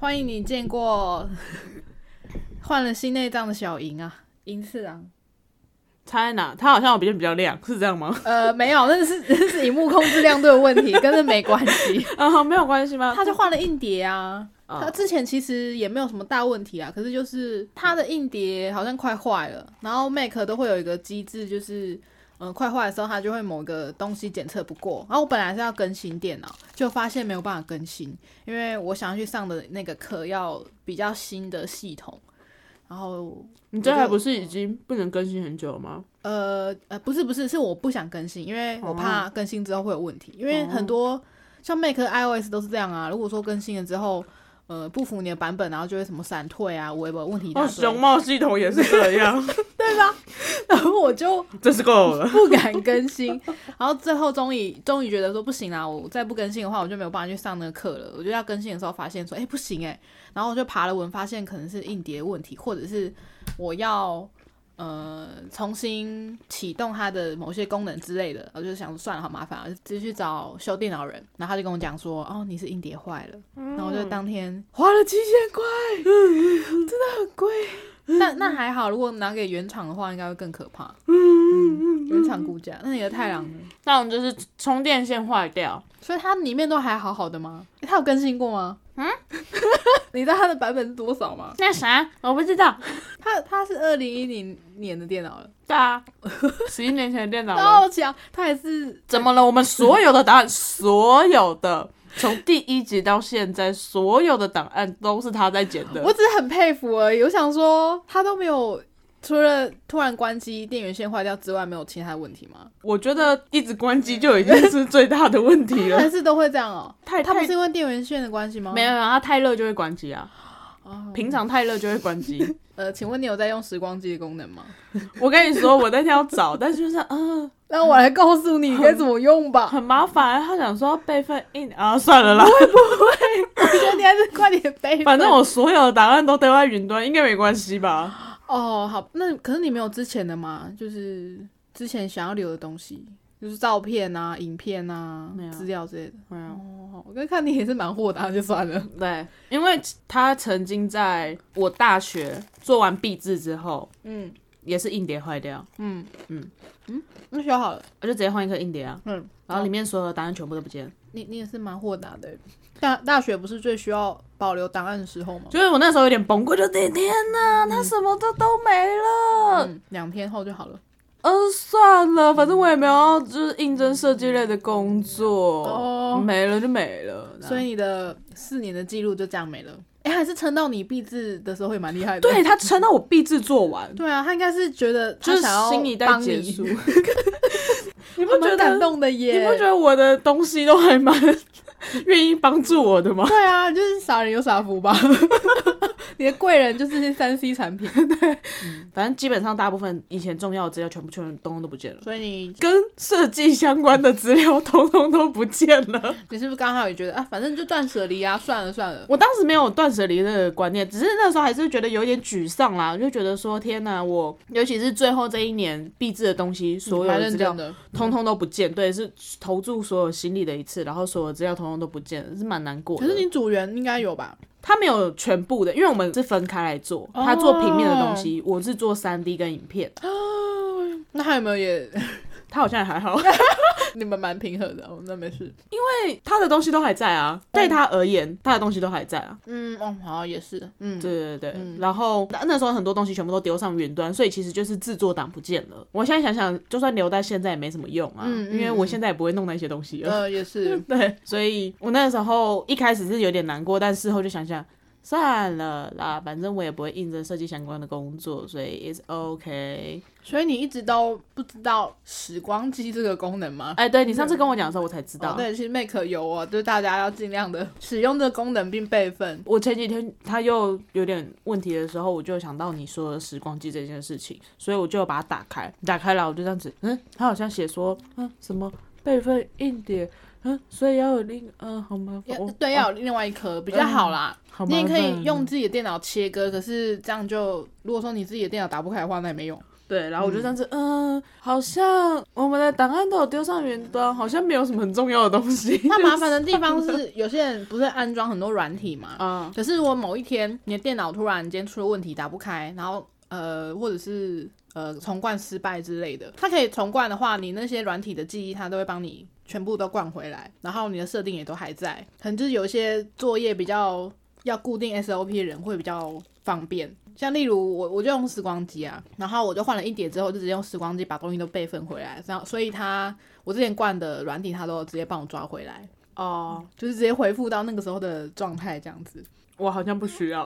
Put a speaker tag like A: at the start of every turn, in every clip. A: 欢迎你见 过换了新内脏的小银啊，银次郎。
B: 差在哪？它好像有变比较亮，是这样 吗？
A: 呃，没有，那是 那是荧幕控制亮度的问题，跟这没关 系。
B: 啊，没有关系吗？
A: 他就换了硬碟啊，
B: 嗯
A: 他之前其实也没有什么大问题啊，可是就是他的硬碟好像快坏了，然后 Mac 都会有一个机制，就是嗯、呃快坏的时候它就会某个东西检测不过，然后我本来是要更新电脑，就发现没有办法更新，因为我想要去上的那个课要比较新的系统，然后
B: 你这还不是已经不能更新很久了吗？
A: 呃呃，不是不是，是我不想更新，因为我怕更新之后会有问题。因为
B: 哦
A: 很多像 Mac、iOS 都是这样啊。如果说更新了之后，呃，不符你的版本，然后就会什么闪退啊、微博问题一大
B: 哦，
A: 堆，
B: 熊猫系统也是这 样，
A: 然后我就
B: 真是够了。
A: 不敢更新。然后最后终于终于觉得说不行啦，我再不更新的话，我就没有办法去上那个课了。我就要更新的时候发现说，哎、不行哎、然后我就爬了文，发现可能是硬碟问题，或者是我要呃重新启动它的某些功能之类的。我就想说算了，好麻烦啊，我就直接去找修电脑人。然后他就跟我讲说，哦，你是硬碟坏了。然后我就当天嗯花了七千块， 真的很贵。但那还好，如果拿给原厂的话，应该会更可怕。嗯，原厂估价。那你的太郎 呢？
B: 那种就是充电线坏掉，
A: 所以它里面都还好好的吗？诶它有更新过吗？
B: 啊
A: 嗯， 你知道它的版本是多少吗？
B: 那啥，我不知道。
A: 它它是二零一零年的电脑了，
B: 对啊， 十一年前的电脑了
A: 超强！它也是
B: 怎么了？我们所有的答案，所有的从第一集到现在，所有的档案都是他在剪的
A: 我。只是很佩服而已。我想说，它都没有除了突然关机、电源线坏掉之外，没有其他问题吗？
B: 我觉得一直关机就已经是最大的问题
A: 它
B: 了
A: 还。是都会这样哦、
B: 太
A: 它不
B: 哎太
A: 是因为电源线的关系吗？
B: 没有没有，他太热就会关机啊。
A: 哦。
B: 平常太热就会关机。
A: 呃，请问你有在用时光机的功能吗？
B: 我跟你说，我那天要找，但就是嗯、
A: 让我来告诉你该怎么用吧。
B: 很麻烦。他想说要备份硬啊，算了啦，
A: 我觉得你还是快点背吧。
B: 反正我所有的档案都丢在云端，应该没关系吧？
A: 哦，好，那可是你没有之前的吗？就是之前想要留的东西，就是照片啊、影片啊
B: 没有、
A: 资料之类的。
B: 嗯，
A: 哦，我刚看你也是蛮豁达，就算了。
B: 对，因为他曾经在我大学做完毕制之后，
A: 嗯
B: 也是硬碟坏掉，
A: 嗯
B: 嗯
A: 嗯，那修好了。
B: 我就直接换一颗硬碟啊，
A: 嗯，
B: 然后里面所有的档案全部都不见了。
A: 你你也是蛮豁达的。大大学不是最需要保留档案的时候吗？
B: 就是我那时候有点崩溃，就天天呐，他什么都都没了。
A: 嗯，两天后就好了。
B: 嗯，算了，反正我也没有要就是应征设计类的工作，
A: 哦
B: 没了就没了。
A: 所以你的四年的记录就这样没了。哎、还是撑到你毕制的时候也蛮厉害的。
B: 对他撑到我毕制做完，
A: 对啊，他应该是觉得
B: 就
A: 他
B: 是
A: 想要
B: 新一代
A: 帮
B: 结
A: 你
B: 束。
A: 你
B: 不 觉得
A: 感动的
B: 你
A: 耶？
B: 不觉得我的东西都还蛮 愿意帮助我的吗？
A: 对啊，就是傻人有傻福 吧。你的贵人就是三 C 产品，
B: 反正基本上大部分以前重要的资料全部全部通通都不见了，
A: 所以你
B: 跟设计相关的资料通通都不见了。
A: 你是不是刚好也觉得啊，反正就断舍离啊，算了算了。
B: 我当时没有断舍离的观念，只是那时候还是觉得有点沮丧啦，我就觉得说天哪，我尤其是最后这一年毕制的东西，所有
A: 嗯蛮
B: 的
A: 认
B: 资料
A: 真的，
B: 通通都不见，对，是投注所有心力的一次，然后所有资料通通都不见了，是蛮难过的。
A: 可是你组员应该有吧？
B: 他没有全部的，因为我们是分开来做，
A: 哦
B: 他做平面的东西，我是做三 D 跟影片，
A: 那还有没有也
B: 他好像也还好，
A: 你们蛮平和的哦？那没事。
B: 对，他的东西都还在啊，对他而言，他的东西都还在啊，
A: 嗯，哦，好，也是，嗯，
B: 对对对，然后那那时候很多东西全部都丢上云端，所以其实就是制作档不见了。我现在想想，就算留在现在也没什么用啊，
A: 嗯嗯
B: 因为我现在也不会弄那些东 西了。。
A: 呃，也是
B: 对，所以我那时候一开始是有点难过，但事后就想想。算了啦，反正我也不会应征设计相关的工作，所以 it's okay。
A: 所以你一直都不知道时光机这个功能吗？
B: 哎、对你上次跟我讲的时候，我才知道。
A: 哦，对，其实 Make 有啊，就是大家要尽量的使用这个功能并备份。
B: 我前几天他又有点问题的时候，我就想到你说的时光机这件事情，所以我就把它打开，打开了我就这样子，嗯，他好像写说，嗯，什么备份硬碟，嗯，所以要有另，嗯，好麻
A: 要
B: 烦，我
A: 对，
B: 哦
A: 要有另外一颗比较好啦。
B: 好
A: 你
B: 麻
A: 也
B: 烦，哦
A: 可以用自己的电脑切割，可是这样就，如果说你自己的电脑打不开的话，那也没用。
B: 对，然后我就这样子，嗯、好像我们的档案都有丢上云端，好像没有什么很重要的东西。
A: 那麻烦的地 方是，有些人不是安装很多软体嘛，
B: 啊，
A: 可是我某一天你的电脑突然间出了问题，打不开，然后呃，或者是呃重灌失败之类的，它可以重灌的话，你那些软体的记忆它都会帮你全部都灌回来，然后你的设定也都还在。可能就是有一些作业比较要固定 SOP 的人会比较方便。像例如我，我就用时光机啊，然后我就换了一叠之后，就直接用时光机把东西都备份回来，然后所以它我之前灌的软体它都直接帮我抓回来，
B: 哦，
A: 就是直接回复到那个时候的状态这样子。
B: 我好像不需 要。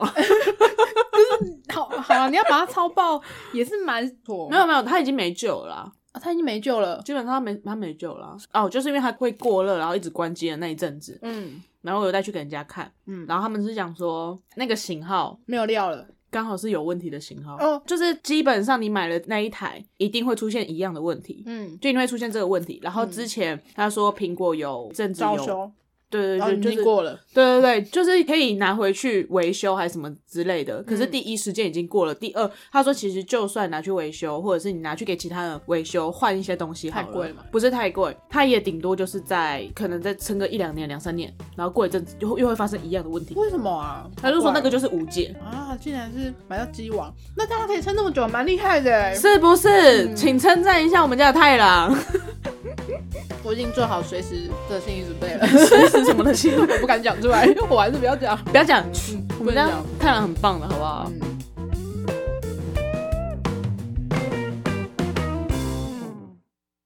A: 好好啊，你要 把它超爆也是蛮妥，
B: 没有没有，他已经没救了啦，
A: 啊他已经没救了。
B: 基本上他没他没救了啦。哦，就是因为他会过热，然后一直关机的那一阵子，
A: 嗯，
B: 然后我有带去给人家看，
A: 嗯
B: 然后他们是讲说那个型号
A: 没有料了。
B: 刚好是有问题的型号，
A: 哦
B: 就是基本上你买了那一台一定会出现一样的问题。
A: 嗯，
B: 就一定会出现这个问题，然后之前他说苹果有甚至
A: 招
B: 有，
A: 修，
B: 对对
A: 然后
B: 对，
A: 已
B: 就是
A: 经过了。
B: 对对对，就是可以拿回去维修还是什么之类的。可是
A: 嗯
B: 第一时间已经过了，第二他说其实就算拿去维修，或者是你拿去给其他人维修换一些东西好了，
A: 太贵了嘛
B: 不是太贵，它也顶多就是在可能再撑个一两年、两三年，然后过一阵子又又会发生一样的问题。
A: 为什么啊？
B: 他就说那个
A: 就
B: 就是无解，
A: 啊，竟然是买到鸡网，那大家可以撑那么久，蛮厉害的欸。
B: 是不是？请称赞一下我们家的太郎，
A: 我已经做好随时的心理准备了，
B: 是什么东西？
A: 我不敢讲出来，我还是不要讲。
B: 不要讲，我
A: 嗯不
B: 们
A: 能
B: 家
A: 讲
B: 太郎很棒的，好不好？
A: 嗯。